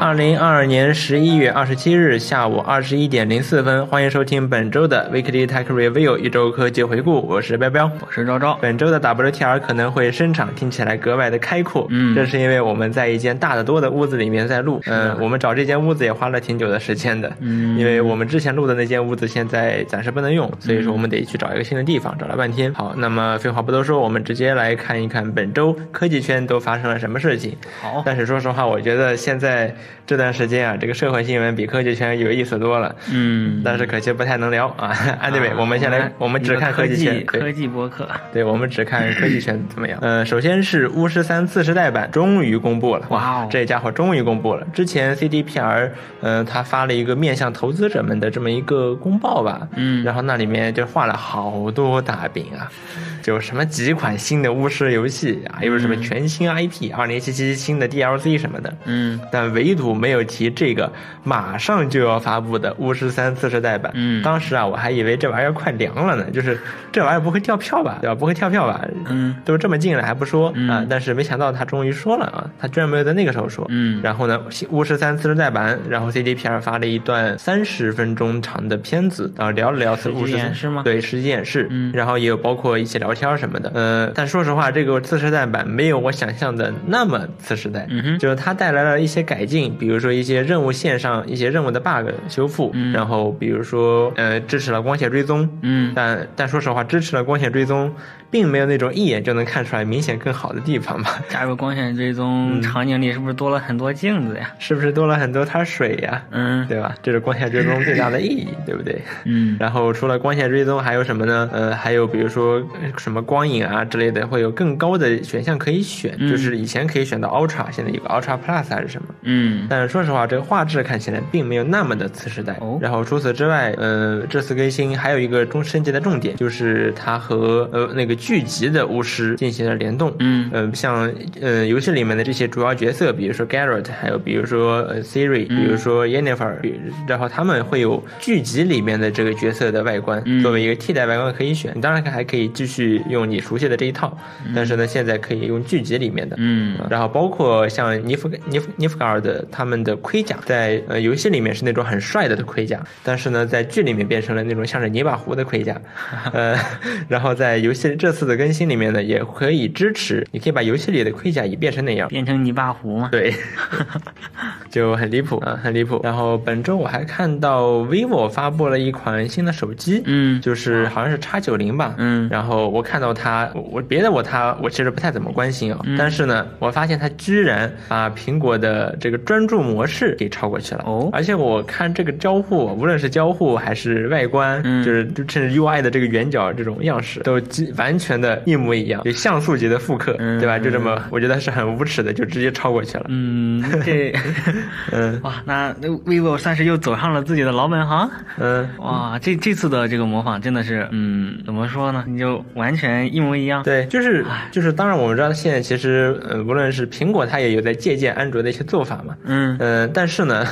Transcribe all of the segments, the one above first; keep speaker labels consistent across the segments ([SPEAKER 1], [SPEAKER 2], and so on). [SPEAKER 1] 二零二二年十一月二十七日下午二十一点零四分，欢迎收听本周的 Weekly Tech Review 一周科技回顾，我是彪彪。
[SPEAKER 2] 我是昭昭。
[SPEAKER 1] 本周的 WTR 可能会声场听起来格外的开阔，
[SPEAKER 2] 嗯
[SPEAKER 1] 这是因为我们在一间大得多的屋子里面在录，嗯、
[SPEAKER 2] 的
[SPEAKER 1] 我们找这间屋子也花了挺久的时间的，
[SPEAKER 2] 嗯
[SPEAKER 1] 因为我们之前录的那间屋子现在暂时不能用，所以说我们得去找一个新的地方，找了半天。好，那么废话不多说，我们直接来看一看本周科技圈都发生了什么事情。
[SPEAKER 2] 好，
[SPEAKER 1] 但是说实话，我觉得现在这段时间啊，这个社会新闻比科技圈有意思多了，
[SPEAKER 2] 嗯，
[SPEAKER 1] 但是可惜不太能聊啊。安迪伟
[SPEAKER 2] 啊，
[SPEAKER 1] 我们先来，我们只看科技
[SPEAKER 2] 一
[SPEAKER 1] 圈，
[SPEAKER 2] 个科技科
[SPEAKER 1] 对。
[SPEAKER 2] 技播客，
[SPEAKER 1] 对，我们只看科技圈怎么样。呃，首先是巫师三次世代版终于公布了，
[SPEAKER 2] 哇哦
[SPEAKER 1] 这家伙终于公布了。之前 CDPR，嗯、他发了一个面向投资者们的这么一个公报吧，
[SPEAKER 2] 嗯
[SPEAKER 1] 然后那里面就画了好多大饼啊，就什么几款新的巫师游戏啊，又是什么全新 IP，二零七七新的 DLC 什么的，
[SPEAKER 2] 嗯
[SPEAKER 1] 但唯独没有提这个马上就要发布的巫师三次世代版。
[SPEAKER 2] 嗯
[SPEAKER 1] 当时啊，我还以为这玩意儿快凉了呢，就是这玩意儿不会掉票吧，对吧？不会跳票吧？
[SPEAKER 2] 嗯
[SPEAKER 1] 都这么近了还不说、
[SPEAKER 2] 嗯
[SPEAKER 1] 啊！但是没想到他终于说了啊，他居然没有在那个时候说。
[SPEAKER 2] 嗯
[SPEAKER 1] 然后呢，巫师三次世代版，然后 CDPR 发了一段三十分钟长的片子啊，聊了聊
[SPEAKER 2] 实际
[SPEAKER 1] 巫师三
[SPEAKER 2] 演示吗
[SPEAKER 1] 对，实际演示，
[SPEAKER 2] 嗯
[SPEAKER 1] 然后也有包括一起聊天什么的。呃，但说实话，这个次世代版没有我想象的那么次世代，
[SPEAKER 2] 嗯哼
[SPEAKER 1] 就是它带来了一些改进，比如说一些任务线上一些任务的 bug 修复，
[SPEAKER 2] 嗯
[SPEAKER 1] 然后比如说呃支持了光线追踪，
[SPEAKER 2] 嗯
[SPEAKER 1] 但但说实话，支持了光线追踪，并没有那种一眼就能看出来明显更好的地方吧？
[SPEAKER 2] 加入光线追
[SPEAKER 1] 嗯
[SPEAKER 2] 踪场景里是不是多了很多镜子呀？
[SPEAKER 1] 是不是多了很多滩水呀、
[SPEAKER 2] 嗯
[SPEAKER 1] 对吧？这是光线追踪最大的意义，对不对？
[SPEAKER 2] 嗯
[SPEAKER 1] 然后除了光线追踪，还有什么呢？呃，还有比如说呃什么光影啊之类的，会有更高的选项可以选，
[SPEAKER 2] 嗯
[SPEAKER 1] 就是以前可以选到 Ultra，现在有个 Ultra Plus 还是什么？
[SPEAKER 2] 嗯
[SPEAKER 1] 但是说实话，这个画质看起来并没有那么的次时代。
[SPEAKER 2] 哦
[SPEAKER 1] 然后除此之外，呃，这次更新还有一个中升级的重点，就是它和呃那个剧集的巫师进行了联动。
[SPEAKER 2] 嗯
[SPEAKER 1] 呃，像呃游戏里面的这些主要角色，比如说 Garrett，还有比如说呃 Siri，比
[SPEAKER 2] 嗯
[SPEAKER 1] 如说 Yennefer，、比然后他们会有剧集里面的这个角色的外观、
[SPEAKER 2] 嗯
[SPEAKER 1] 作为一个替代外观可以选。你当然还可以继续用你熟悉的这一套，但是呢，现在可以用剧集里面的。
[SPEAKER 2] 嗯
[SPEAKER 1] 然后包括像尼夫尼夫尼夫卡尔的他们的盔甲，在呃游戏里面是那种很帅的盔甲，但是呢，在剧里面变成了那种像是泥巴糊的盔甲，呃， 然后在游戏这次的更新里面呢，也可以支持，你可以把游戏里的盔甲也变成那样。
[SPEAKER 2] 变成泥巴糊嘛？
[SPEAKER 1] 对， 就很离谱啊，很离谱。然后本周我还看到 vivo 发布了一款新的手机，
[SPEAKER 2] 嗯
[SPEAKER 1] 就是好像是叉九零吧，
[SPEAKER 2] 嗯
[SPEAKER 1] 然后我看到他，我我别的我他我其实不太怎么关心啊、
[SPEAKER 2] 嗯
[SPEAKER 1] 但是呢，我发现他居然把苹果的这个专注模式给超过去了。
[SPEAKER 2] 哦
[SPEAKER 1] 而且我看这个交互，无论是交互还是外观，
[SPEAKER 2] 嗯
[SPEAKER 1] 就是就甚至 UI 的这个圆角这种样式，都基完全的一模一样，有像素级的复刻，
[SPEAKER 2] 嗯
[SPEAKER 1] 对吧？就这么，我觉得是很无耻的，就直接超过去了。
[SPEAKER 2] 嗯，这
[SPEAKER 1] 嗯
[SPEAKER 2] 哇，那那 vivo 算是又走上了自己的老本行。
[SPEAKER 1] 嗯。
[SPEAKER 2] 哇，这这次的这个模仿真的是，嗯，怎么说呢？你就完全一模一样。
[SPEAKER 1] 对，就是就是，当然我们知道现在其实，嗯，无论是苹果，它也有在借鉴安卓的一些做法嘛，
[SPEAKER 2] 嗯
[SPEAKER 1] 呃，但是呢，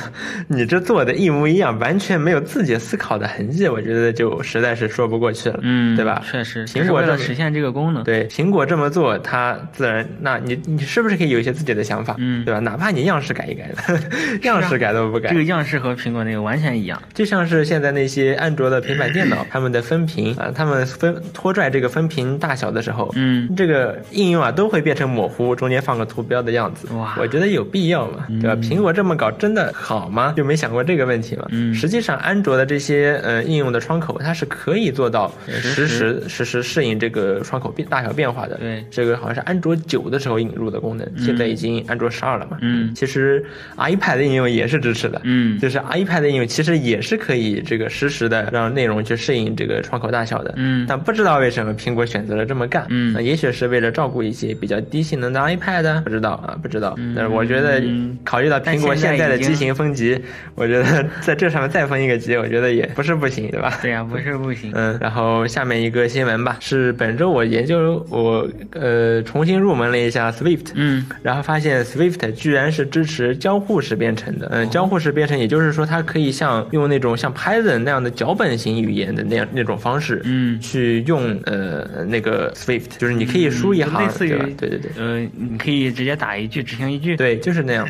[SPEAKER 1] 你这做的一模一样，完全没有自己思考的痕迹，我觉得就实在是说不过去了，
[SPEAKER 2] 嗯，
[SPEAKER 1] 对吧？
[SPEAKER 2] 确实，
[SPEAKER 1] 苹
[SPEAKER 2] 只是
[SPEAKER 1] 果
[SPEAKER 2] 为
[SPEAKER 1] 这
[SPEAKER 2] 了
[SPEAKER 1] 么
[SPEAKER 2] 实现这个功能。
[SPEAKER 1] 对，苹果这么做，它自然，那你你是不是可以有一些自己的想法，
[SPEAKER 2] 嗯啊
[SPEAKER 1] 对吧？哪怕你样式改一改， 样式改都不改
[SPEAKER 2] 这，个样式和苹果那个完全一样。
[SPEAKER 1] 就像是现在那些安卓的平板电脑，他们的分屏啊，他们分拖拽这个分屏大小的时候，
[SPEAKER 2] 嗯
[SPEAKER 1] 这个应用啊都会变成模糊，中间放个图标的样子。
[SPEAKER 2] 哇嗯
[SPEAKER 1] 我觉得有必要吗？对吧？苹果这么搞真的好吗？就没想过这个问题吗？
[SPEAKER 2] 嗯
[SPEAKER 1] 实际上安卓的这些呃应用的窗口，它是可以做到呃实
[SPEAKER 2] 实
[SPEAKER 1] 时实时适应这个窗口变大小变化的。
[SPEAKER 2] 对
[SPEAKER 1] 这个好像是安卓九的时候引入的功能，现在已经安卓十二了嘛。
[SPEAKER 2] 嗯
[SPEAKER 1] 其实 iPad 的应用也是支持的。
[SPEAKER 2] 嗯
[SPEAKER 1] 就是 iPad 的应用其实也是可以这个实时的让内容去适应这个窗口大小的，
[SPEAKER 2] 嗯
[SPEAKER 1] 但不知道为什么苹果选择了这么干，
[SPEAKER 2] 嗯
[SPEAKER 1] 那也许是为了照顾一些比较低性能的 iPad，啊不知道啊，不知道。但是我觉得
[SPEAKER 2] 嗯
[SPEAKER 1] 考虑到苹果
[SPEAKER 2] 但现
[SPEAKER 1] 现
[SPEAKER 2] 在
[SPEAKER 1] 在的
[SPEAKER 2] 已经
[SPEAKER 1] 机型分级，我觉得在这上面再分一个级，我觉得也不是不行，对吧？
[SPEAKER 2] 对呀、不是不行。
[SPEAKER 1] 嗯，然后下面一个新闻吧，是本周我研究我呃重新入门了一下 Swift，
[SPEAKER 2] 嗯
[SPEAKER 1] 然后发现 Swift 居然是支持交互式编程的。
[SPEAKER 2] 哦
[SPEAKER 1] 嗯，交互式编程，也就是说它可以像用那种像 Python 那样的脚本型语言的那样那种方式，
[SPEAKER 2] 嗯
[SPEAKER 1] 去用呃那个 Swift，就是你可以输一
[SPEAKER 2] 嗯
[SPEAKER 1] 行，
[SPEAKER 2] 类似于
[SPEAKER 1] 对吧？对对对。
[SPEAKER 2] 呃，你可以直接打一句执行一句。
[SPEAKER 1] 对，就是那样。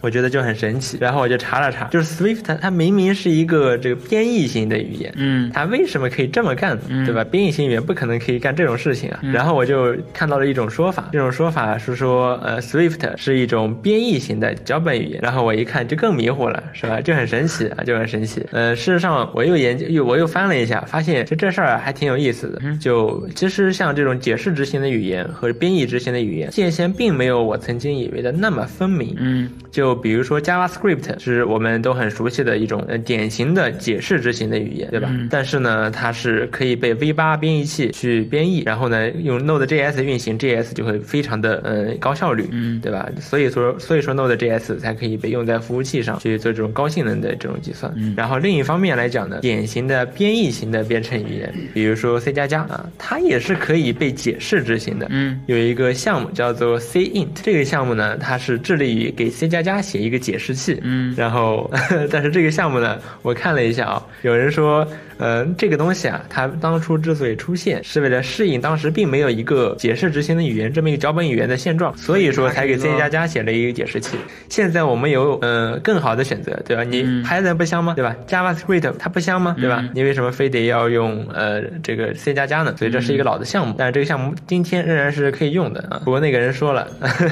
[SPEAKER 1] 我觉得就很神奇。然后我就查了查，就是 Swift 它它明明是一个这个编译型的语言，
[SPEAKER 2] 嗯
[SPEAKER 1] 它为什么可以这么干呢？
[SPEAKER 2] 嗯
[SPEAKER 1] 对吧？编译型语言不可能可以干这种事情啊。
[SPEAKER 2] 嗯
[SPEAKER 1] 然后我就看到了一种说法，这种说法是说，呃，Swift 是一种编译型的脚本语言。然后我一看就更迷糊了，是吧？就很神奇啊，就很神奇。呃，事实上我又研究，又我又翻了一下，发现其实这事儿还挺有意思的。
[SPEAKER 2] 嗯
[SPEAKER 1] 就其实像这种解释执行的语言和编译执行的语言界限，并没有我曾经以为的那么分明。
[SPEAKER 2] 嗯
[SPEAKER 1] 就比如说 JavaScript 是我们都很熟悉的一种呃典型的解释执行的语言，对吧？
[SPEAKER 2] 嗯
[SPEAKER 1] 但是呢，它是可以被 V8 编译器去编译，然后呢，用 Node.js 运行，JS 就会非常的呃高效率，
[SPEAKER 2] 嗯
[SPEAKER 1] 对吧？所以说，所以说 Node.js 才可以被用在服务器上去做这种高性能的这种计算。
[SPEAKER 2] 嗯
[SPEAKER 1] 然后另一方面来讲呢，典型的编译型的编程语言，比如说 C 加加啊，它也是可以被解释执行的，
[SPEAKER 2] 嗯
[SPEAKER 1] 有一个项目叫做 Cint，这个项目呢，它是致力于给 C 加加写一个解释器。
[SPEAKER 2] 嗯
[SPEAKER 1] 然后， 但是这个项目呢，我看了一下啊，有人说，呃，这个东西啊，它当初之所以出现，是为了适应当时并没有一个解释执行的语言这么一个脚本语言的现状，所以说才给
[SPEAKER 2] 所以
[SPEAKER 1] C
[SPEAKER 2] 它
[SPEAKER 1] 加加写了一个解释器。现在我们有呃更好的选择，对吧？你
[SPEAKER 2] 嗯
[SPEAKER 1] Python 不香吗？对吧？JavaScript 它不香吗？对吧
[SPEAKER 2] 嗯？
[SPEAKER 1] 你为什么非得要用呃这个 C 加加呢？所以这是一个老的项目，
[SPEAKER 2] 嗯
[SPEAKER 1] 但是这个项目今天仍然是可以用的啊。不过那个人说了，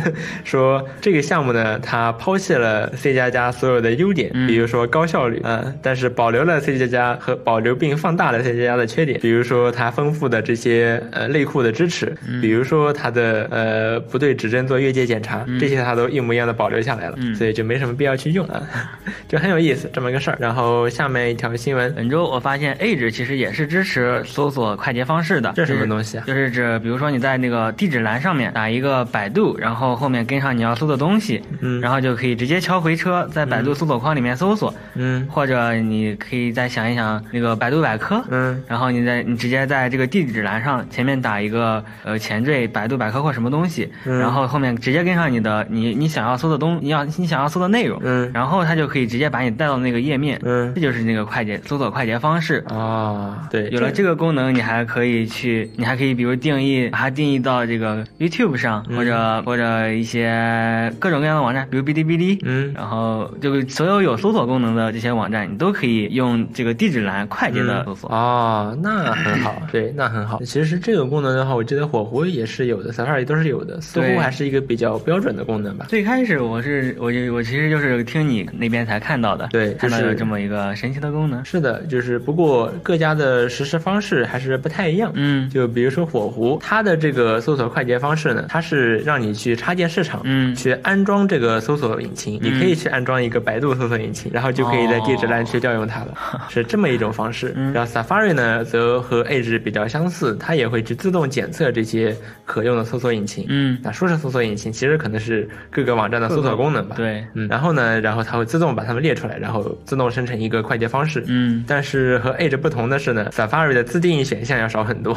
[SPEAKER 1] 说这个项目呢，它抛弃了 C 加加所有的优点，
[SPEAKER 2] 嗯
[SPEAKER 1] 比如说高效率，嗯、但是保留了 C 加加和保留并放大了 C 加加的缺点，比如说它丰富的这些呃类库的支持，
[SPEAKER 2] 嗯
[SPEAKER 1] 比如说它的呃不对指针做越界检查，这些它都一模一样的保留下来了，
[SPEAKER 2] 嗯
[SPEAKER 1] 所以就没什么必要去用啊， 就很有意思这么个事儿。然后下面一条新闻，
[SPEAKER 2] 本周我发现 Edge 其实也是支持搜索快捷方式的，
[SPEAKER 1] 这是
[SPEAKER 2] 就
[SPEAKER 1] 什么东西啊？
[SPEAKER 2] 就是指，比如说你在那个地址栏上面打一个百度，然后后面跟上你要搜的东西，
[SPEAKER 1] 嗯
[SPEAKER 2] 然后就可以直接敲回车，在百度搜索框里面搜索，
[SPEAKER 1] 嗯
[SPEAKER 2] 或者你可以再想一想那个百度百科，
[SPEAKER 1] 嗯
[SPEAKER 2] 然后你在你直接在这个地址栏上前面打一个呃前缀百度百科或什么东西，
[SPEAKER 1] 嗯
[SPEAKER 2] 然后后面直接跟上你的你你想要搜的东你要你想要搜的内容，
[SPEAKER 1] 嗯
[SPEAKER 2] 然后它就可以直接把你带到那个页面，
[SPEAKER 1] 嗯
[SPEAKER 2] 这就是那个快捷搜索快捷方式。
[SPEAKER 1] 啊，对，
[SPEAKER 2] 有了这个功能，你还可以去，你还可以比如定义，把它定义到这个 YouTube 上，
[SPEAKER 1] 嗯
[SPEAKER 2] 或者或者一些各种各样的网站，比如哔哩哔哩，
[SPEAKER 1] 嗯
[SPEAKER 2] 然后就是所有有搜索功能的这些网站，你都可以用这个地址栏快捷的搜索。
[SPEAKER 1] 哦，那很好，对，那很好。其实这个功能的话，我记得火狐也是有的，Safari 都是有的，似乎
[SPEAKER 2] 对
[SPEAKER 1] 还是一个比较标准的功能吧。
[SPEAKER 2] 最开始我是我就我其实就是听你那边才看到的，
[SPEAKER 1] 对
[SPEAKER 2] 看到
[SPEAKER 1] 就是
[SPEAKER 2] 有这么一个神奇的功能。
[SPEAKER 1] 是的，就是不过各家的实施方式还是不太一样。
[SPEAKER 2] 嗯
[SPEAKER 1] 就比如说火狐，它的这个搜索快捷方式呢，它是让你去插件市场，
[SPEAKER 2] 嗯
[SPEAKER 1] 去安装这个搜索引擎，你可以去安装一个百度搜索引擎，然后就可以在地址栏去调用它了，是这么一种方式。
[SPEAKER 2] 嗯
[SPEAKER 1] 然后 Safari 呢，则和 Edge 比较相似，它也会去自动检测这些可用的搜索引擎。
[SPEAKER 2] 嗯，
[SPEAKER 1] 那说是搜索引擎，其实可能是各个网站的搜索功能吧。
[SPEAKER 2] 对，
[SPEAKER 1] 嗯，然后呢，然后它会自动把它们列出来，然后自动生成一个快捷方式。
[SPEAKER 2] 嗯
[SPEAKER 1] 但是和 Edge 不同的是呢，Safari 的自定义选项要少很多。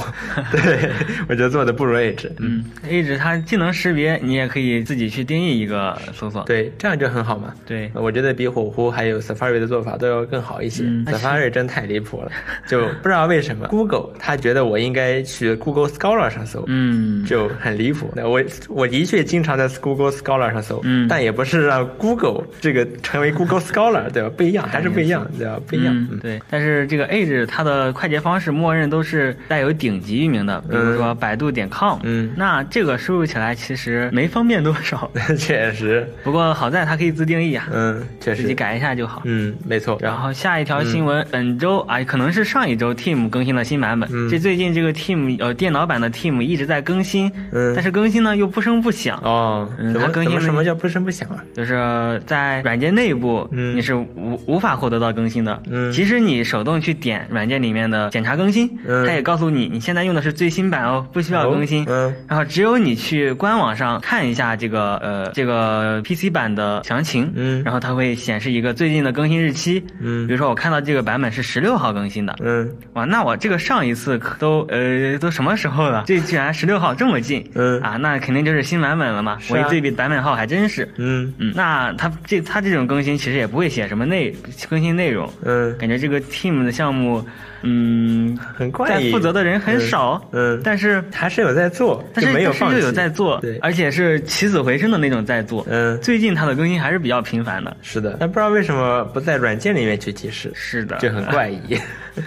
[SPEAKER 1] 对，我觉得做的不如 Edge。嗯，
[SPEAKER 2] 嗯，Edge 它既能识别，你也可以自己去定义一个搜索。
[SPEAKER 1] 对，这样就很好嘛。
[SPEAKER 2] 对，
[SPEAKER 1] 我觉得比火狐还有 Safari 的做法都要更好一些。
[SPEAKER 2] 嗯
[SPEAKER 1] Safari 真太离谱了，就不知道为什么 Google 他觉得我应该去 Google Scholar 上搜，
[SPEAKER 2] 嗯，
[SPEAKER 1] 就很离谱。那我我的确经常在 Google Scholar 上搜，
[SPEAKER 2] 嗯
[SPEAKER 1] 但也不是让 Google 这个成为 Google Scholar，对吧？不一样，还是不一样，对吧？不一样。
[SPEAKER 2] 嗯，对，但是这个 Edge 它的快捷方式默认都是带有顶级域名的，比如说百度点 com，
[SPEAKER 1] 呃嗯
[SPEAKER 2] 那这个输入起来其实没方便多少，
[SPEAKER 1] 嗯， 确实，
[SPEAKER 2] 不过好在它可以自定义啊，
[SPEAKER 1] 嗯，确
[SPEAKER 2] 自己
[SPEAKER 1] 实，
[SPEAKER 2] 改一下就好。
[SPEAKER 1] 嗯，没错。
[SPEAKER 2] 然后下一条新闻，本周啊，可能是上一周 Team 更新了新版本。
[SPEAKER 1] 嗯
[SPEAKER 2] 这最近这个 Team 呃电脑版的 Team 一直在更新，
[SPEAKER 1] 嗯
[SPEAKER 2] 但是更新呢又不声不响，
[SPEAKER 1] 哦，
[SPEAKER 2] 嗯
[SPEAKER 1] 怎么
[SPEAKER 2] 它更新
[SPEAKER 1] 怎么
[SPEAKER 2] 了
[SPEAKER 1] 什么叫不声不响啊？
[SPEAKER 2] 就是在软件内部，
[SPEAKER 1] 嗯
[SPEAKER 2] 你是无无法获得到更新的。
[SPEAKER 1] 嗯
[SPEAKER 2] 即使你手动去点软件里面的检查更新，
[SPEAKER 1] 嗯
[SPEAKER 2] 它也告诉你你现在用的是最新版哦，不需要更新。
[SPEAKER 1] 哦
[SPEAKER 2] 然后只有你去官网上看一下这个呃这个 PC 版的详情，
[SPEAKER 1] 嗯
[SPEAKER 2] 然后它会显示一个最近的更新日期，
[SPEAKER 1] 嗯
[SPEAKER 2] 比如说我看到这个版本是十六号更新的，
[SPEAKER 1] 嗯
[SPEAKER 2] 哇，那我这个上一次可都呃都什么时候了？这居然十六号这么近，
[SPEAKER 1] 嗯
[SPEAKER 2] 啊，那肯定就是新版本了嘛。
[SPEAKER 1] 是
[SPEAKER 2] 我
[SPEAKER 1] 啊
[SPEAKER 2] 一对比版本号还真是，
[SPEAKER 1] 嗯
[SPEAKER 2] 嗯，那它这它这种更新其实也不会写什么内更新内容，
[SPEAKER 1] 嗯，
[SPEAKER 2] 感觉这个 team 的项目，嗯，
[SPEAKER 1] 很怪
[SPEAKER 2] 在
[SPEAKER 1] 异。
[SPEAKER 2] 负责的人很少，
[SPEAKER 1] 嗯，
[SPEAKER 2] 但是
[SPEAKER 1] 还是有在做，
[SPEAKER 2] 但是
[SPEAKER 1] 就没有
[SPEAKER 2] 但
[SPEAKER 1] 放
[SPEAKER 2] 是
[SPEAKER 1] 弃，
[SPEAKER 2] 又有在做
[SPEAKER 1] 对，
[SPEAKER 2] 而且是起死回生的那种在做。
[SPEAKER 1] 嗯
[SPEAKER 2] 最近它的更新还是比较频繁的。
[SPEAKER 1] 是的，但不知道为什么不在软件里面去提示，
[SPEAKER 2] 是的，
[SPEAKER 1] 就很怪异。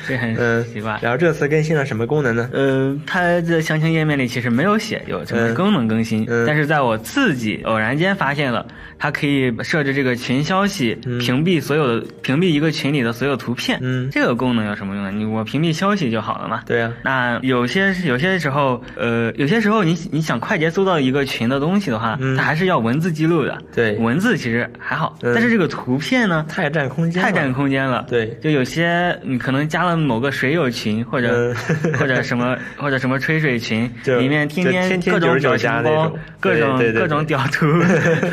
[SPEAKER 2] 这很
[SPEAKER 1] 嗯
[SPEAKER 2] 奇怪。
[SPEAKER 1] 然后这次更新了什么功能呢？
[SPEAKER 2] 呃，它的详情页面里其实没有写有这个
[SPEAKER 1] 嗯
[SPEAKER 2] 功能更新，
[SPEAKER 1] 嗯
[SPEAKER 2] 但是在我自己偶然间发现了，它可以设置这个群消息，屏蔽所有的屏蔽一个群里的所有图片。
[SPEAKER 1] 嗯
[SPEAKER 2] 这个功能有什么用呢？你我屏蔽消息就好了嘛。
[SPEAKER 1] 对啊，
[SPEAKER 2] 那有些有些时候，呃，有些时候你你想快捷搜到一个群的东西的话，
[SPEAKER 1] 嗯
[SPEAKER 2] 它还是要文字记录的。
[SPEAKER 1] 对
[SPEAKER 2] 文字其实还好，
[SPEAKER 1] 嗯
[SPEAKER 2] 但是这个图片呢，
[SPEAKER 1] 太占空间了，
[SPEAKER 2] 太占空间了。
[SPEAKER 1] 对
[SPEAKER 2] 就有些你可能加了某个水友群，或者、
[SPEAKER 1] 嗯
[SPEAKER 2] 或者什么或者什么吹水群，
[SPEAKER 1] 就
[SPEAKER 2] 里面天
[SPEAKER 1] 就天天
[SPEAKER 2] 各种表
[SPEAKER 1] 99
[SPEAKER 2] 情
[SPEAKER 1] 加那
[SPEAKER 2] 包
[SPEAKER 1] 种，
[SPEAKER 2] 各种
[SPEAKER 1] 对对对
[SPEAKER 2] 各种
[SPEAKER 1] 对
[SPEAKER 2] 屌图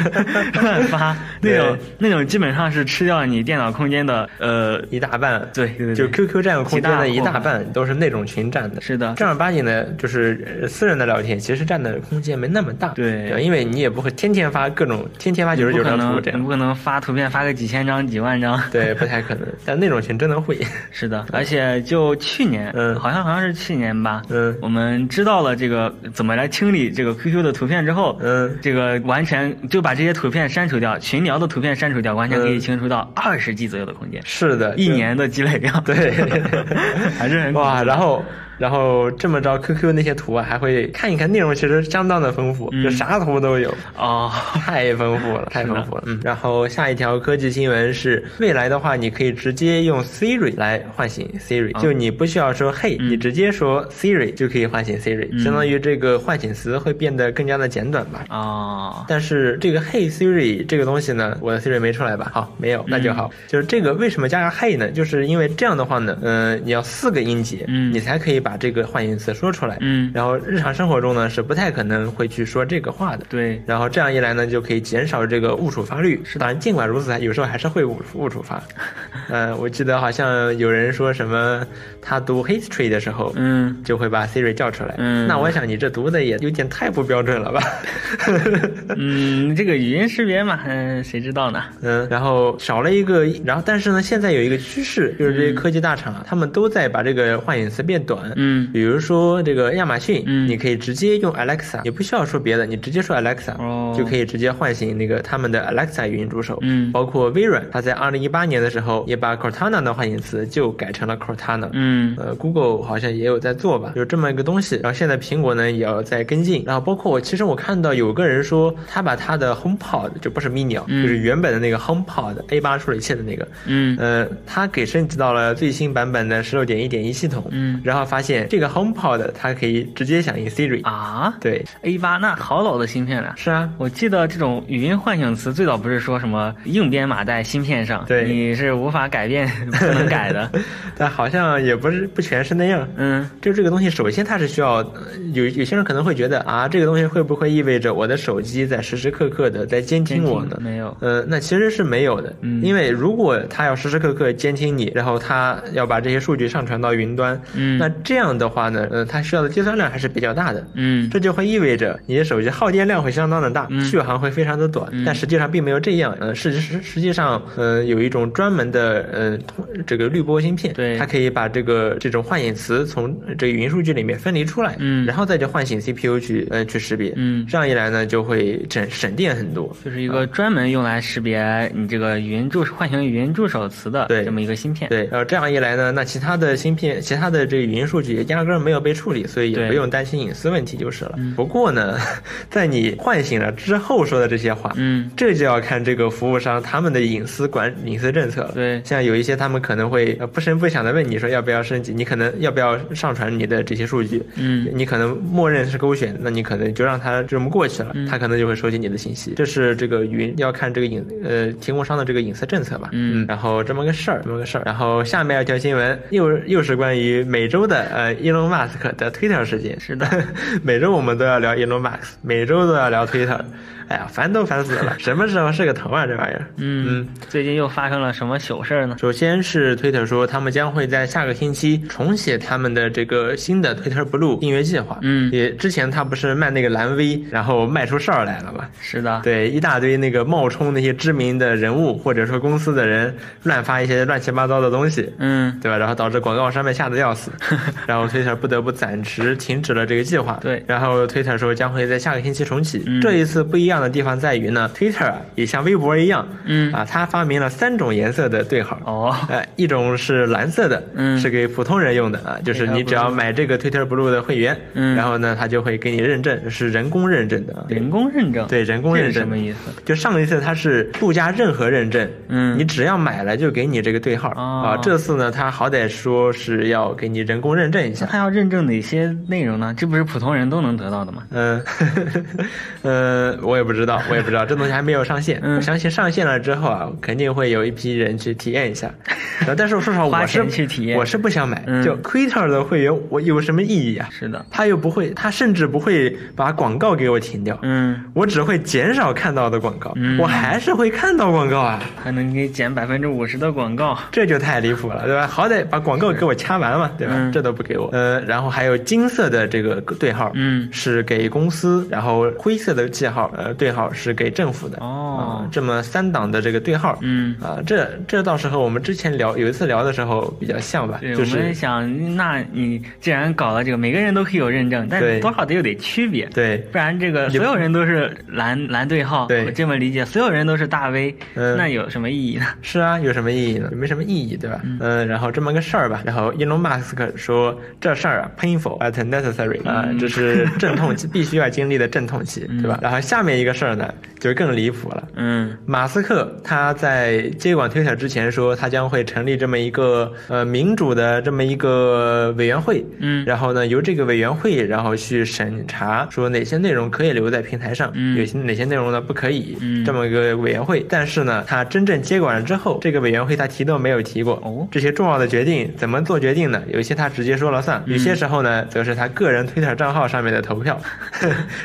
[SPEAKER 2] 乱发，那
[SPEAKER 1] 对
[SPEAKER 2] 种那种基本上是吃掉你电脑空间的呃。
[SPEAKER 1] 一大半，
[SPEAKER 2] 对对对
[SPEAKER 1] 就 QQ 占空间的
[SPEAKER 2] 极
[SPEAKER 1] 一
[SPEAKER 2] 大
[SPEAKER 1] 大半都是那种群占的。
[SPEAKER 2] 是的
[SPEAKER 1] 正儿八经的，就是呃私人的聊天，其实占的空间没那么大。啊
[SPEAKER 2] 对
[SPEAKER 1] 因为你也不会天天发各种，天天发九十
[SPEAKER 2] 不
[SPEAKER 1] 九
[SPEAKER 2] 可
[SPEAKER 1] 张图
[SPEAKER 2] 能
[SPEAKER 1] 这，
[SPEAKER 2] 你
[SPEAKER 1] 样，
[SPEAKER 2] 不可能发图片发个几千张、几万张。
[SPEAKER 1] 对，不太可能。但那种群真的 会，
[SPEAKER 2] 是的，而且就去年，
[SPEAKER 1] 嗯
[SPEAKER 2] 好像好像是去年吧，
[SPEAKER 1] 嗯
[SPEAKER 2] 我们知道了这个怎么来清理这个 QQ 的图片之后，
[SPEAKER 1] 嗯
[SPEAKER 2] 这个完全就把这些图片删除掉，群聊的图片删除掉，完
[SPEAKER 1] 嗯
[SPEAKER 2] 全可以清除到二十 G 左右的空间，
[SPEAKER 1] 是的，
[SPEAKER 2] 一
[SPEAKER 1] 就
[SPEAKER 2] 年的积累量，，
[SPEAKER 1] 对
[SPEAKER 2] 还是很恐怖
[SPEAKER 1] 哇。然后，然后这么着，QQ 那些图啊，还会看一看内容，其实相当的丰富，
[SPEAKER 2] 嗯
[SPEAKER 1] 就啥图都有。
[SPEAKER 2] 哦，
[SPEAKER 1] 太丰富了，太丰富了。嗯，然后下一条科技新闻是，未来的话，你可以直接用 Siri 来唤醒 Siri，、
[SPEAKER 2] 啊
[SPEAKER 1] 就你不需要说 Hey，、
[SPEAKER 2] 嗯
[SPEAKER 1] 你直接说 Siri 就可以唤醒 Siri，、
[SPEAKER 2] 嗯
[SPEAKER 1] 相当于这个唤醒词会变得更加的简短吧。
[SPEAKER 2] 哦，
[SPEAKER 1] 但是这个 Hey Siri 这个东西呢，我的 Siri 没出来吧？好，
[SPEAKER 2] 嗯
[SPEAKER 1] 没有，那就好。就是这个为什么加上 Hey 呢？就是因为这样的话呢，嗯、你要四个音节，
[SPEAKER 2] 嗯
[SPEAKER 1] 你才可以把这个唤醒词说出来。
[SPEAKER 2] 嗯
[SPEAKER 1] 然后日常生活中呢，是不太可能会去说这个话的。
[SPEAKER 2] 对，
[SPEAKER 1] 然后这样一来呢，就可以减少这个误触发率。是，当然尽管如此，有时候还是会误误触 发。呃，我记得好像有人说什么，他读 history 的时候，
[SPEAKER 2] 嗯，
[SPEAKER 1] 就会把 Siri 叫出来。
[SPEAKER 2] 嗯
[SPEAKER 1] 那我想你这读的也有点太不标准了 吧？
[SPEAKER 2] 嗯，这个语音识别嘛，嗯，谁知道呢？
[SPEAKER 1] 嗯，然后少了一个，然后但是呢，现在有一个趋势，就是这些科技大厂啊，他们都在把这个唤醒词变短。
[SPEAKER 2] 嗯
[SPEAKER 1] 比如说这个亚马逊，
[SPEAKER 2] 嗯
[SPEAKER 1] 你可以直接用 Alexa，也不需要说别的，你直接说 Alexa、
[SPEAKER 2] 哦
[SPEAKER 1] 就可以直接唤醒那个他们的 Alexa 语音助手。
[SPEAKER 2] 嗯
[SPEAKER 1] 包括微软，它在二零一八年的时候也把 Cortana 的唤醒词就改成了 Cortana。
[SPEAKER 2] 嗯，
[SPEAKER 1] 呃，Google 好像也有在做吧，有这么一个东西。然后现在苹果呢也要在跟进。然后包括我，其实我看到有个人说，他把他的 HomePod 就不是 Mini，、啊，
[SPEAKER 2] 嗯
[SPEAKER 1] 就是原本的那个 HomePod A 8处理器的那个，
[SPEAKER 2] 嗯，
[SPEAKER 1] 呃，他给升级到了最新版本的十六点一点一系统。
[SPEAKER 2] 嗯
[SPEAKER 1] 然后发现这个 HomePod 它可以直接响应 Siri。
[SPEAKER 2] 啊
[SPEAKER 1] 对，
[SPEAKER 2] ，A 八那好老的芯片了。
[SPEAKER 1] 是啊，
[SPEAKER 2] 我记得这种语音唤醒词最早不是说什么硬编码在芯片上，
[SPEAKER 1] 对
[SPEAKER 2] 你是无法改变、不能改 的。
[SPEAKER 1] 但好像也不是不全是那样。
[SPEAKER 2] 嗯，
[SPEAKER 1] 就这个东西，首先它是需要，呃有有些人可能会觉得啊，这个东西会不会意味着我的手机在时时刻刻的在监听我呢？
[SPEAKER 2] 没有。
[SPEAKER 1] 呃，那其实是没有的，
[SPEAKER 2] 嗯
[SPEAKER 1] 因为如果他要时时刻刻监听你，然后他要把这些数据上传到云端，
[SPEAKER 2] 嗯
[SPEAKER 1] 那这样的话呢，呃，它需要的计算量还是比较大的，
[SPEAKER 2] 嗯
[SPEAKER 1] 这就会意味着你的手机耗电量会相当的大，
[SPEAKER 2] 嗯
[SPEAKER 1] 续航会非常的短，
[SPEAKER 2] 嗯
[SPEAKER 1] 但实际上并没有这样，呃，事实实实际上，呃，有一种专门的呃通这个滤波芯片，
[SPEAKER 2] 对
[SPEAKER 1] 它可以把这个这种唤醒词从这个语音数据里面分离出来，
[SPEAKER 2] 嗯
[SPEAKER 1] 然后再去唤醒 CPU 去呃去识别，
[SPEAKER 2] 嗯
[SPEAKER 1] 这样一来呢，就会省省电很多，
[SPEAKER 2] 就是一个专门用来识别你这个语音助唤醒语音助手词的
[SPEAKER 1] 对
[SPEAKER 2] 这么一个芯片。
[SPEAKER 1] 对，然呃后这样一来呢，那其他的芯片、其他的这个语音数据也压根儿没有被处理，所以
[SPEAKER 2] 对嗯
[SPEAKER 1] 也不用担心隐私问题就是了。不过呢， 在你唤醒了之后说的这些话，
[SPEAKER 2] 嗯，
[SPEAKER 1] 这就要看这个服务商他们的隐私管隐私政策了。
[SPEAKER 2] 对
[SPEAKER 1] 像有一些他们可能会呃不声不响的问你说要不要升级，你可能要不要上传你的这些数据，
[SPEAKER 2] 嗯，
[SPEAKER 1] 你可能默认是勾选，那你可能就让它这么过去了，
[SPEAKER 2] 嗯
[SPEAKER 1] 它可能就会收集你的信息。这是这个云要看这个隐呃提供商的这个隐私政策吧。
[SPEAKER 2] 嗯
[SPEAKER 1] 然后这么个事儿，这么个事儿。然后下面一条新闻又又是关于每周的呃 Elon Musk 的 Twitter 事件。
[SPEAKER 2] 是的，
[SPEAKER 1] 每周我们都要聊 Elon Musk，每周都要聊 Twitter。哎呀，烦都烦死了，什么时候是个头啊这玩意儿？
[SPEAKER 2] 嗯，最近又发生了什么糗事儿呢？
[SPEAKER 1] 首先是 Twitter 说，他们将会在下个星期重写他们的这个新的 Twitter Blue 订阅计划。
[SPEAKER 2] 嗯
[SPEAKER 1] 也之前他不是卖那个蓝 V，然后卖出事儿来了嘛？
[SPEAKER 2] 是的，
[SPEAKER 1] 对，一大堆那个冒充那些知名的人物或者说公司的人乱发一些乱七八糟的东西，
[SPEAKER 2] 嗯，
[SPEAKER 1] 对吧？然后导致广告商被吓得要死。 然后 Twitter 不得不暂时停止了这个计划。
[SPEAKER 2] 对
[SPEAKER 1] 然后 Twitter 说将会在下个星期重启。
[SPEAKER 2] 嗯
[SPEAKER 1] 这一次不一样的地方在于呢，Twitter 啊也像微博一样，
[SPEAKER 2] 嗯
[SPEAKER 1] 啊，它发明了三种颜色的对号。
[SPEAKER 2] 哦，
[SPEAKER 1] 呃，一种是蓝色的，
[SPEAKER 2] 嗯哎
[SPEAKER 1] 是给普通人用的啊，就是你只要买这个 Twitter Blue 的会员，
[SPEAKER 2] 嗯
[SPEAKER 1] 然后呢，它就会给你认证，是人工认证的啊，
[SPEAKER 2] 人工认证，
[SPEAKER 1] 对人工
[SPEAKER 2] 这是
[SPEAKER 1] 认证
[SPEAKER 2] 什么意思？
[SPEAKER 1] 就上一次它是不加任何认证，
[SPEAKER 2] 嗯
[SPEAKER 1] 你只要买了就给你这个对号、
[SPEAKER 2] 哦
[SPEAKER 1] 啊。这次呢，它好歹说是要给你人工认证一
[SPEAKER 2] 那
[SPEAKER 1] 下。
[SPEAKER 2] 他要认证哪些内容呢？这不是普通人都能得到的吗？
[SPEAKER 1] 嗯，嗯，我也不知道，我也不知道，这东西还没有上线。
[SPEAKER 2] 嗯
[SPEAKER 1] 我相信上线了之后啊，肯定会有一批人去体验一 下。然后但是说实话，
[SPEAKER 2] 花
[SPEAKER 1] 我是
[SPEAKER 2] 钱去体验
[SPEAKER 1] 我是不想买。
[SPEAKER 2] 嗯
[SPEAKER 1] 就 Twitter 的会员，我有什么意义啊？
[SPEAKER 2] 是的，
[SPEAKER 1] 他又不会，他甚至不会把广告给我停掉，
[SPEAKER 2] 嗯，
[SPEAKER 1] 我只会减少看到的广告，
[SPEAKER 2] 嗯
[SPEAKER 1] 我还是会看到广告啊。
[SPEAKER 2] 还能给减百分之五十的广告，
[SPEAKER 1] 这就太离谱了，对吧？好歹把广告给我掐完嘛，对吧？
[SPEAKER 2] 嗯
[SPEAKER 1] 这都不给我。呃，然后还有金色的这个对号，
[SPEAKER 2] 嗯
[SPEAKER 1] 是给公司；然后灰色的记号，呃，对号是给政府的。
[SPEAKER 2] 哦
[SPEAKER 1] 啊这么三档的这个对号，
[SPEAKER 2] 嗯。
[SPEAKER 1] 啊，这这到时候我们之前聊有一次聊的时候比较像吧，
[SPEAKER 2] 对，
[SPEAKER 1] 就
[SPEAKER 2] 我们
[SPEAKER 1] 是
[SPEAKER 2] 想，那你既然搞了这个，每个人都可以有认证，但
[SPEAKER 1] 对
[SPEAKER 2] 多少得有点区别，
[SPEAKER 1] 对
[SPEAKER 2] 不然这个
[SPEAKER 1] 你
[SPEAKER 2] 所有人都是蓝蓝对号，
[SPEAKER 1] 对
[SPEAKER 2] 我这么理解，所有人都是大 V，、
[SPEAKER 1] 嗯
[SPEAKER 2] 那有什么意义呢？
[SPEAKER 1] 是啊，有什么意义呢？没什么意义，对吧？嗯、然后这么个事儿吧。然后伊隆马斯克说这事儿啊，painful but necessary 啊、
[SPEAKER 2] 嗯
[SPEAKER 1] 这是阵痛期，必须要经历的阵痛期，对吧？然后下面一个事儿呢，就更离谱了。
[SPEAKER 2] 嗯
[SPEAKER 1] 马斯克他在接管 Twitter 之前说，他将会成立这么一个呃民主的这么一个委员会，
[SPEAKER 2] 嗯
[SPEAKER 1] 然后呢由这个委员会然后去审查说哪些内容可以留在平台上，
[SPEAKER 2] 嗯
[SPEAKER 1] 有些哪些内容呢不可以，
[SPEAKER 2] 嗯
[SPEAKER 1] 这么一个委员会。但是呢，他真正接管了之后，这个委员会他提都没有提过，
[SPEAKER 2] 哦
[SPEAKER 1] 这些重要的决定怎么做决定呢？有些他直接说了
[SPEAKER 2] 嗯
[SPEAKER 1] 算，有些时候呢，则是他个人 Twitter 账号上面的投票。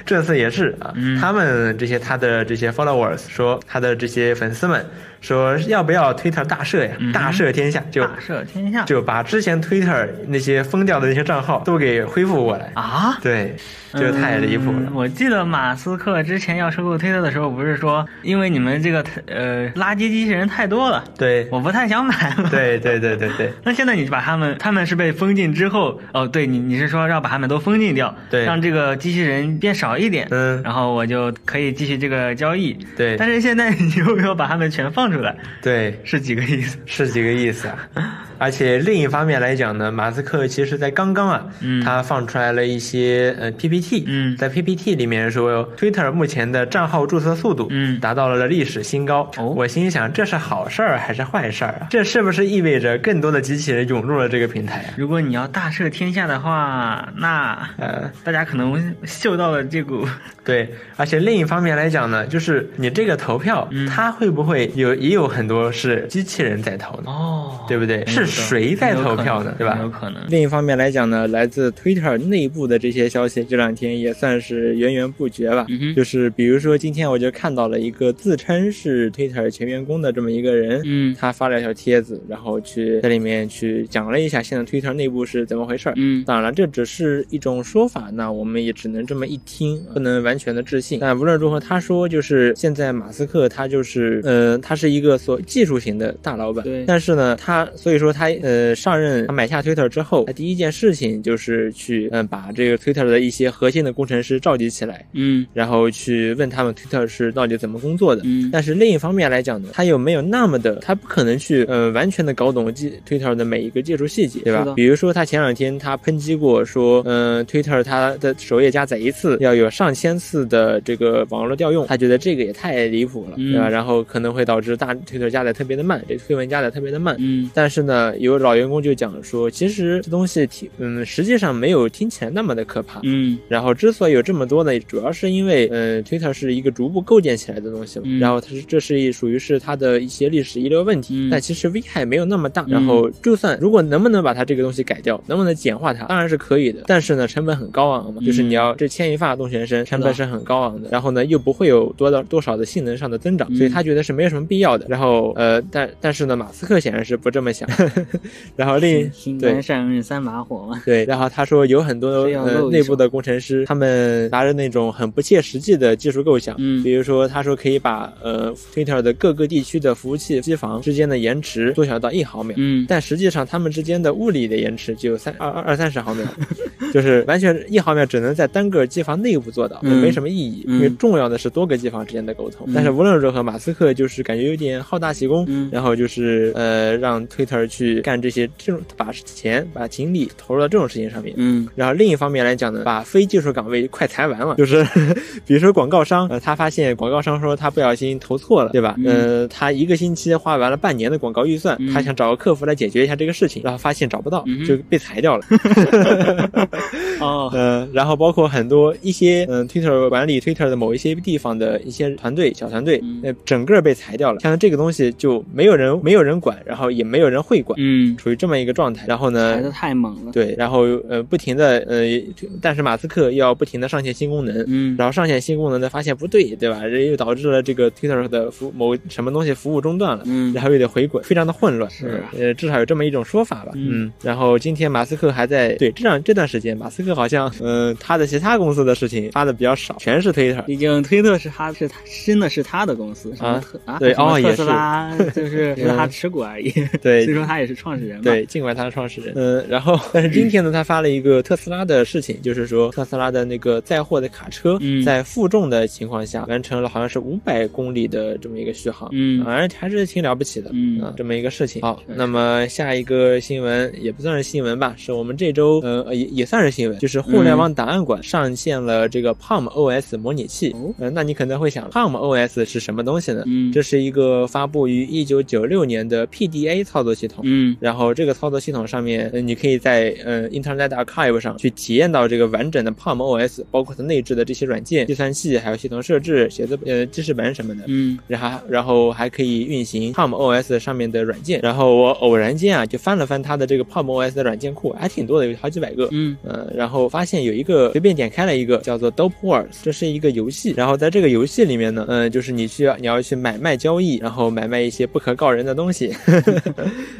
[SPEAKER 1] 这次也是啊，
[SPEAKER 2] 嗯
[SPEAKER 1] 他们这些他的这些 followers 说，他的这些粉丝们说，要不要 Twitter 大赦呀？
[SPEAKER 2] 嗯
[SPEAKER 1] 大赦天下，就
[SPEAKER 2] 大赦天下
[SPEAKER 1] 就把之前 Twitter 那些封掉的那些账号都给恢复过来。
[SPEAKER 2] 啊，
[SPEAKER 1] 对，就太离谱了
[SPEAKER 2] 嗯。我记得马斯克之前要收购推特的时候，不是说因为你们这个呃垃圾机器人太多了，
[SPEAKER 1] 对，
[SPEAKER 2] 我不太想买了。。
[SPEAKER 1] 对，对，对，对，对。
[SPEAKER 2] 那现在你把他们，他们是被封禁之后，哦，对你你是说要把他们都封禁掉，
[SPEAKER 1] 对
[SPEAKER 2] 让这个机器人变少一点，
[SPEAKER 1] 嗯
[SPEAKER 2] 然后我就可以继续这个交易，
[SPEAKER 1] 对
[SPEAKER 2] 但是现在你又要把他们全放出来，
[SPEAKER 1] 对，
[SPEAKER 2] 是几个意思？
[SPEAKER 1] 是几个意思啊。而且另一方面来讲呢，马斯克其实在刚刚啊，
[SPEAKER 2] 嗯
[SPEAKER 1] 他放出来了一些呃 PPT，
[SPEAKER 2] 嗯
[SPEAKER 1] 在 PPT 里面说，Twitter 目前的账号注册速度，
[SPEAKER 2] 嗯
[SPEAKER 1] 达到了历史新高。
[SPEAKER 2] 哦
[SPEAKER 1] 我心想，这是好事儿还是坏事儿啊？这是不是意味着更多的机器人涌入了这个平台啊？
[SPEAKER 2] 如果你要大赦天下的话，那
[SPEAKER 1] 呃，
[SPEAKER 2] 大家可能嗅到了这股
[SPEAKER 1] 对，而且另一方面来讲呢，就是你这个投票，
[SPEAKER 2] 嗯
[SPEAKER 1] 它会不会有也有很多是机器人在投呢？
[SPEAKER 2] 哦
[SPEAKER 1] 对不对是谁在投票呢对吧
[SPEAKER 2] 有可能。
[SPEAKER 1] 另一方面来讲呢，来自 Twitter 内部的这些消息，这两天也算是源源不绝吧。
[SPEAKER 2] 嗯哼
[SPEAKER 1] 就是比如说，今天我就看到了一个自称是 Twitter 前员工的这么一个人，
[SPEAKER 2] 嗯
[SPEAKER 1] 他发了一条帖子，然后去在里面去讲了一下现在 Twitter 内部是怎么回事儿。
[SPEAKER 2] 嗯
[SPEAKER 1] 当然了，这只是一种说法，那我们也只能这么一听，不能完全的置信。但无论如何，他说就是现在马斯克他就是呃，他是一个所技术型的大老板，
[SPEAKER 2] 对
[SPEAKER 1] 但是呢，他所以说他呃上任他买下 Twitter 之后，他第一件事情就是去嗯、呃把这个 Twitter 的一些核心的工程师召集起来，
[SPEAKER 2] 嗯
[SPEAKER 1] 然后去问他们 Twitter 是到底怎么工作的。
[SPEAKER 2] 嗯，
[SPEAKER 1] 但是另一方面来讲呢，他又没有那么的，他不可能去呃完全的搞懂技 Twitter 的每一个技术细节，对
[SPEAKER 2] 是
[SPEAKER 1] 吧
[SPEAKER 2] 的？
[SPEAKER 1] 比如说他前两天他抨击过说，嗯、t w i t t e r 它的首页加载一次要有上千次的这个网络调用，他觉得这个也太离谱了，
[SPEAKER 2] 嗯
[SPEAKER 1] 对吧？然后可能会导致大 Twitter 加载特别的慢，这推文加载特别的慢，
[SPEAKER 2] 嗯
[SPEAKER 1] 但是呢，有老员工就讲说，其实这东西听，嗯，实际上没有听起来那么的可怕。
[SPEAKER 2] 嗯
[SPEAKER 1] 然后之所以有这么多呢，主要是因为，嗯，Twitter 是一个逐步构建起来的东西嘛，
[SPEAKER 2] 嗯
[SPEAKER 1] 然后它是这是一属于是它的一些历史遗留问题，
[SPEAKER 2] 嗯
[SPEAKER 1] 但其实危害没有那么大。
[SPEAKER 2] 嗯
[SPEAKER 1] 然后就算如果能不能把它这个东西改掉，能不能简化它，当然是可以的，但是呢，成本很高昂嘛，
[SPEAKER 2] 嗯
[SPEAKER 1] 就是你要这牵一发动全身，成本是很高昂的，然后呢又不会有多到多少的性能上的增长，
[SPEAKER 2] 嗯
[SPEAKER 1] 所以他觉得是没有什么必要的。然后呃，但但是呢，马斯克显然是不这么想， 然后另
[SPEAKER 2] 新
[SPEAKER 1] 对
[SPEAKER 2] 官上任三把火 嘛，
[SPEAKER 1] 对，然后他说有很多
[SPEAKER 2] 是要
[SPEAKER 1] 呃
[SPEAKER 2] 露一
[SPEAKER 1] 内部
[SPEAKER 2] 手
[SPEAKER 1] 的工程师，他们拿着那种很不切实际的技术构想，
[SPEAKER 2] 嗯
[SPEAKER 1] 比如说他说可以把呃 Twitter 的各个地区的服务器机房之间的延迟缩小到一毫秒。
[SPEAKER 2] 嗯，
[SPEAKER 1] 但实际上，它们之间的物理的延迟只有三二二二三十 毫秒，就是完全一毫秒只能在单个机房内部做到，也没
[SPEAKER 2] 嗯
[SPEAKER 1] 什么意义。
[SPEAKER 2] 嗯
[SPEAKER 1] 因为重要的是多个机房之间的沟通。但是
[SPEAKER 2] 嗯
[SPEAKER 1] 无论如何，马斯克就是感觉有点好大喜功，
[SPEAKER 2] 嗯
[SPEAKER 1] 然后就是呃让 Twitter 去干这些这种把钱把精力投入到这种事情上面。
[SPEAKER 2] 嗯
[SPEAKER 1] 然后另一方面来讲呢，把非技术岗位快裁完了，就是比如说广告商，呃，他发现广告商说他不小心投错了，对吧？
[SPEAKER 2] 嗯
[SPEAKER 1] 呃，他一个星期花完了半年的广告预算，
[SPEAKER 2] 嗯
[SPEAKER 1] 他想找个客服来解决一下这个事情，然后发现找不到
[SPEAKER 2] 嗯，哼
[SPEAKER 1] 就被裁 掉了。
[SPEAKER 2] 哦，
[SPEAKER 1] 呃，然后包括很多一些嗯、t w i t t e r 管理 Twitter 的某一些地方的一些团队小团队
[SPEAKER 2] 嗯，
[SPEAKER 1] 呃，整个被裁掉了。像这个东西就没有人没有人管，然后也没有人会管，
[SPEAKER 2] 嗯，
[SPEAKER 1] 处于这么一个状态。然后呢
[SPEAKER 2] 来，的太猛了，
[SPEAKER 1] 哎对，然后呃，不停的呃，但是马斯克又要不停的上线新功能，
[SPEAKER 2] 嗯，
[SPEAKER 1] 然后上线新功能呢，发现不对，对吧？这又导致了这个 Twitter 的服某什么东西服务中断了。
[SPEAKER 2] 嗯
[SPEAKER 1] 然后又得回滚，非常的混乱。
[SPEAKER 2] 是啊
[SPEAKER 1] 呃，至少有这么一种说法吧。
[SPEAKER 2] 嗯，
[SPEAKER 1] 然后今天马斯克还在对这段这段时间，马斯克好像嗯、呃他的其他公司的事情发的比较少，全是 Twitter。
[SPEAKER 2] 毕竟推特是他是他真的是他的公司，什么
[SPEAKER 1] 啊
[SPEAKER 2] 特啊
[SPEAKER 1] 对
[SPEAKER 2] 什么
[SPEAKER 1] 哦也
[SPEAKER 2] 特斯拉 就是只是他持股而已，
[SPEAKER 1] 对
[SPEAKER 2] 虽说他也是创始人嘛，呃
[SPEAKER 1] 对，尽管他是创始人，嗯，然后 但是今天呢，他发了一个特斯拉的事情，就是说特斯拉的那个载货的卡车，
[SPEAKER 2] 嗯
[SPEAKER 1] 在负重的情况下完成了好像是五百公里的这么一个续航，
[SPEAKER 2] 嗯
[SPEAKER 1] 反正还是挺了不起的，
[SPEAKER 2] 嗯
[SPEAKER 1] 啊这么一个事情。好，
[SPEAKER 2] 是
[SPEAKER 1] 那么下一个新闻也不算是新闻吧，是我们这周呃也也算是新闻，就是互
[SPEAKER 2] 嗯
[SPEAKER 1] 联网档案馆上线了这个 Palm OS 模拟器
[SPEAKER 2] 哦，
[SPEAKER 1] 呃，那你可能会想 Palm OS 是什么东西呢？
[SPEAKER 2] 嗯
[SPEAKER 1] 这是一个发布于一九九六年的 PDA 操作系统。
[SPEAKER 2] 嗯
[SPEAKER 1] 然后这个操作系统上面，呃你可以在呃 Internet Archive 上去体验到这个完整的 Palm OS，包括它内置的这些软件、计算器，还有系统设置、写字呃记事本什么的。
[SPEAKER 2] 嗯
[SPEAKER 1] 然后，然后还可以运行 Palm OS 上面的软件。然后我偶然间啊，就翻了翻它的这个 Palm OS 的软件库，还挺多的，有好几百个。
[SPEAKER 2] 嗯
[SPEAKER 1] 呃，然后发现有一个随便点开了一个叫做 Dope Wars，这是一个游戏。然后在这个游戏里面呢，嗯、就是你需要你要去买卖交易，然后买卖一些不可告人的东西。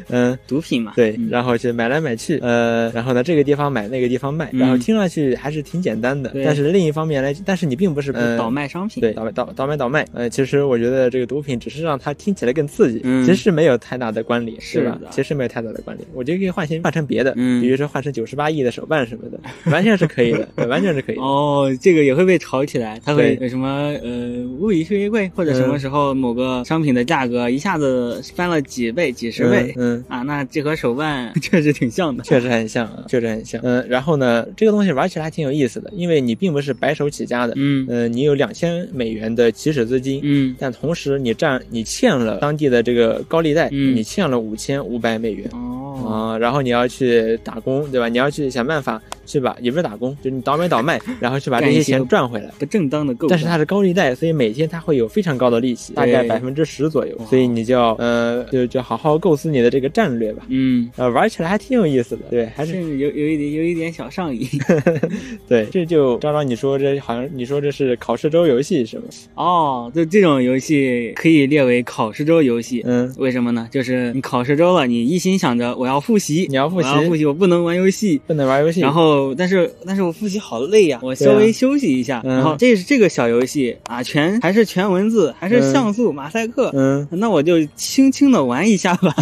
[SPEAKER 1] 嗯、
[SPEAKER 2] 毒品嘛，
[SPEAKER 1] 对，
[SPEAKER 2] 嗯
[SPEAKER 1] 然后去买来买去，呃，然后呢，这个地方买，那个地方卖，然后
[SPEAKER 2] 嗯
[SPEAKER 1] 听上去还是挺简单的，
[SPEAKER 2] 对
[SPEAKER 1] 但是另一方面来，但是你并不是呃
[SPEAKER 2] 倒卖商品，
[SPEAKER 1] 对，倒卖倒倒卖倒卖，呃，其实我觉得这个毒品只是让它听起来更刺激，
[SPEAKER 2] 嗯
[SPEAKER 1] 其实没有太大的关联，
[SPEAKER 2] 是
[SPEAKER 1] 对吧
[SPEAKER 2] 的？
[SPEAKER 1] 其实没有太大的关联，我觉得可以换成换成别的，
[SPEAKER 2] 嗯
[SPEAKER 1] 比如说换成九十八亿的手办什么的，完全是可以的，对完全是可以的。
[SPEAKER 2] 哦，这个也会被炒起来，它会
[SPEAKER 1] 对
[SPEAKER 2] 有什么呃物以稀为贵，或者什么
[SPEAKER 1] 嗯
[SPEAKER 2] 时候某个商品的价格一下子翻了几倍、几十倍、
[SPEAKER 1] 嗯，嗯
[SPEAKER 2] 啊，那这和手办 确实挺像的。
[SPEAKER 1] 确实很像，啊，确实很像。嗯，然后呢，这个东西玩起来还挺有意思的，因为你并不是白手起家的，
[SPEAKER 2] 嗯
[SPEAKER 1] 呃，你有两千美元的起始资金，
[SPEAKER 2] 嗯
[SPEAKER 1] 但同时你占你欠了当地的这个高利贷，
[SPEAKER 2] 嗯
[SPEAKER 1] 你欠了五千五百美元。
[SPEAKER 2] 哦
[SPEAKER 1] 啊、然后你要去打工，对吧？你要去想办法去把，也不是打工，就是你倒卖倒 卖，然后去把这
[SPEAKER 2] 干一
[SPEAKER 1] 些
[SPEAKER 2] 些
[SPEAKER 1] 钱赚回来。
[SPEAKER 2] 不正当的购
[SPEAKER 1] 但是
[SPEAKER 2] 它
[SPEAKER 1] 它是高利贷，所以每天它会有非常高的利息，大概
[SPEAKER 2] 对哦
[SPEAKER 1] 百分之十左右
[SPEAKER 2] 哇。
[SPEAKER 1] 所以你就要呃，就就好好构思你的这个战略吧。
[SPEAKER 2] 嗯，
[SPEAKER 1] 呃，玩起来还挺有意思的，对，还是
[SPEAKER 2] 甚至有有一点有一点小上瘾。
[SPEAKER 1] 对，这就张张你说这好像你说这是考试周游戏是吗？
[SPEAKER 2] 哦，就这种游戏可以列为考试周游戏。
[SPEAKER 1] 嗯，
[SPEAKER 2] 为什么呢？就是你考试周了，你一心想着我要复习，
[SPEAKER 1] 你要复习
[SPEAKER 2] 我要复习，我不能玩游戏，
[SPEAKER 1] 不能玩游戏。
[SPEAKER 2] 然后，但是但是我复习好累呀、我
[SPEAKER 1] 对啊
[SPEAKER 2] 稍微休息一下。
[SPEAKER 1] 嗯
[SPEAKER 2] 然后这是这个小游戏啊，全还是全文字，还是像素、马赛克。
[SPEAKER 1] 嗯，
[SPEAKER 2] 那我就轻轻的玩一下 吧，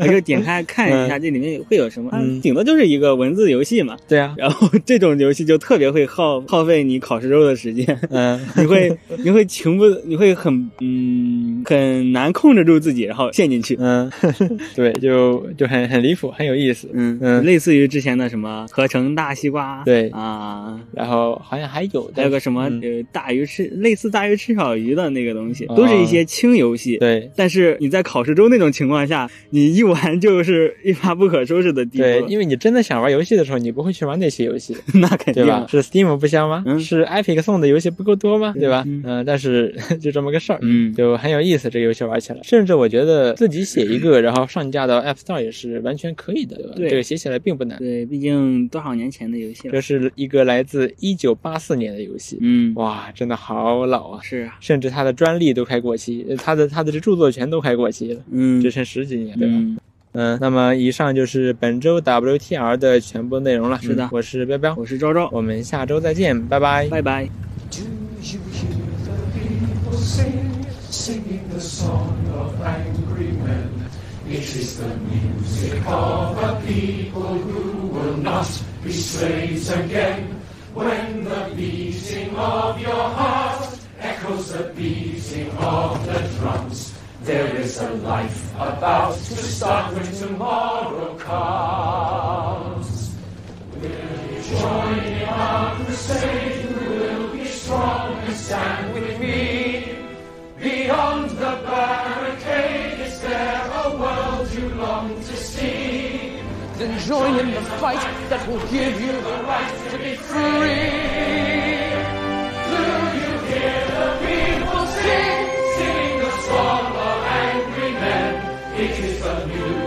[SPEAKER 2] 我就点开看一下这里面会有什么，啊
[SPEAKER 1] 嗯
[SPEAKER 2] 顶多就是一个文字游戏嘛。
[SPEAKER 1] 对啊，
[SPEAKER 2] 然后这种游戏就特别会耗耗费你考试周的时间，
[SPEAKER 1] 嗯，
[SPEAKER 2] 你会你会情不你会很嗯很难控制住自己，然后陷进去。
[SPEAKER 1] 嗯， 对，就就很很离谱，很有意思。
[SPEAKER 2] 嗯
[SPEAKER 1] 嗯
[SPEAKER 2] 类似于之前的什么合成大西瓜，
[SPEAKER 1] 对
[SPEAKER 2] 啊，
[SPEAKER 1] 然后好像还有
[SPEAKER 2] 还
[SPEAKER 1] 但
[SPEAKER 2] 有个什么、
[SPEAKER 1] 嗯
[SPEAKER 2] 呃大鱼吃类似大鱼吃小鱼的那个东西，
[SPEAKER 1] 哦
[SPEAKER 2] 都是一些轻游戏。
[SPEAKER 1] 对
[SPEAKER 2] 但是你在考试中那种情况下，你一玩就是一发不可收拾的地步
[SPEAKER 1] 对，
[SPEAKER 2] 了。
[SPEAKER 1] 因为你真的想玩游戏的时候，你不会去玩那些游 戏，
[SPEAKER 2] 那肯定
[SPEAKER 1] 对吧？是 Steam 不香吗？
[SPEAKER 2] 嗯
[SPEAKER 1] 是 Epic 送的游戏不够多吗？对吧？
[SPEAKER 2] 嗯
[SPEAKER 1] 嗯、但是就这么个事儿，
[SPEAKER 2] 嗯
[SPEAKER 1] 就很有意思。这个游戏玩起来，甚至我觉得自己写一个，然后上架到 App Store 也是完全可以的。吧
[SPEAKER 2] 对
[SPEAKER 1] 这个写起来并不难。
[SPEAKER 2] 对，毕竟多少年前的游戏了
[SPEAKER 1] 这。是一个来自1984年的游戏，
[SPEAKER 2] 嗯，
[SPEAKER 1] 哇，真的好老啊！
[SPEAKER 2] 是啊，
[SPEAKER 1] 甚至它的专利都快过期，呃它的它的这著作权都快过期了，
[SPEAKER 2] 嗯
[SPEAKER 1] 只剩十几年，对吧？
[SPEAKER 2] 嗯，
[SPEAKER 1] 嗯，那么以上就是本周 WTR 的全部内容了。
[SPEAKER 2] 是的
[SPEAKER 1] 嗯我是彪彪，
[SPEAKER 2] 我是周周，
[SPEAKER 1] 我们下周再见，拜拜。
[SPEAKER 2] 拜拜。
[SPEAKER 3] Do you hear the people sing, singing the song of angry men? It is the music of a people who will not be slaves again. When the beating of your heart echoes the beating of the drums, there is a life about to start when tomorrow comes. Joining our crusade, we will be strong and stand with me. Beyond the barricade, is there a world you long to see? Then join in the fight that will give you the right to be free. Do you hear the people sing, singing the song of angry men? It is the new